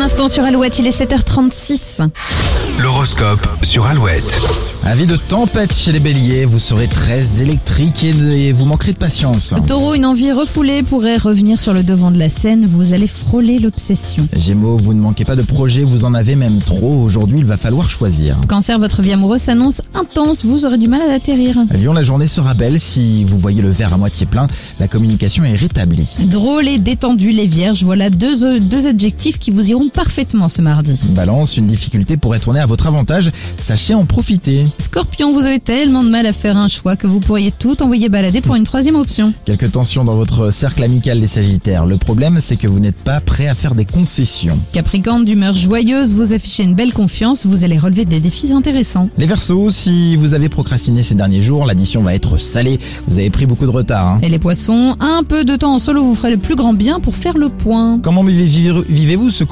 instant sur Alouette, il est 7h36. L'horoscope sur Alouette. Avis de tempête chez les béliers, vous serez très électrique et, et vous manquerez de patience. Taureau, une envie refoulée pourrait revenir sur le devant de la scène. Vous allez frôler l'obsession. Gémeaux, vous ne manquez pas de projets, vous en avez même trop. Aujourd'hui, il va falloir choisir. Cancer, votre vie amoureuse s'annonce intense. Vous aurez du mal à atterrir. Lyon, la journée sera belle si vous voyez le verre à moitié plein. La communication est rétablie. Drôle et détendu, les vierges. Voilà deux, euh, deux adjectifs qui vous iront parfaitement ce mardi. Balance, une difficulté pourrait tourner à votre avantage. Sachez en profiter. Scorpion, vous avez tellement de mal à faire un choix que vous pourriez tout envoyer balader pour une troisième option. Quelques tensions dans votre cercle amical des Sagittaires. Le problème, c'est que vous n'êtes pas prêt à faire des concessions. Capricorne, d'humeur joyeuse, vous affichez une belle confiance. Vous allez relever des défis intéressants. Les Verseaux, si vous avez procrastiné ces derniers jours, l'addition va être salée. Vous avez pris beaucoup de retard. hein. Et les poissons, un peu de temps en solo vous ferait le plus grand bien pour faire le point. Comment vivez- vivez- vivez-vous ce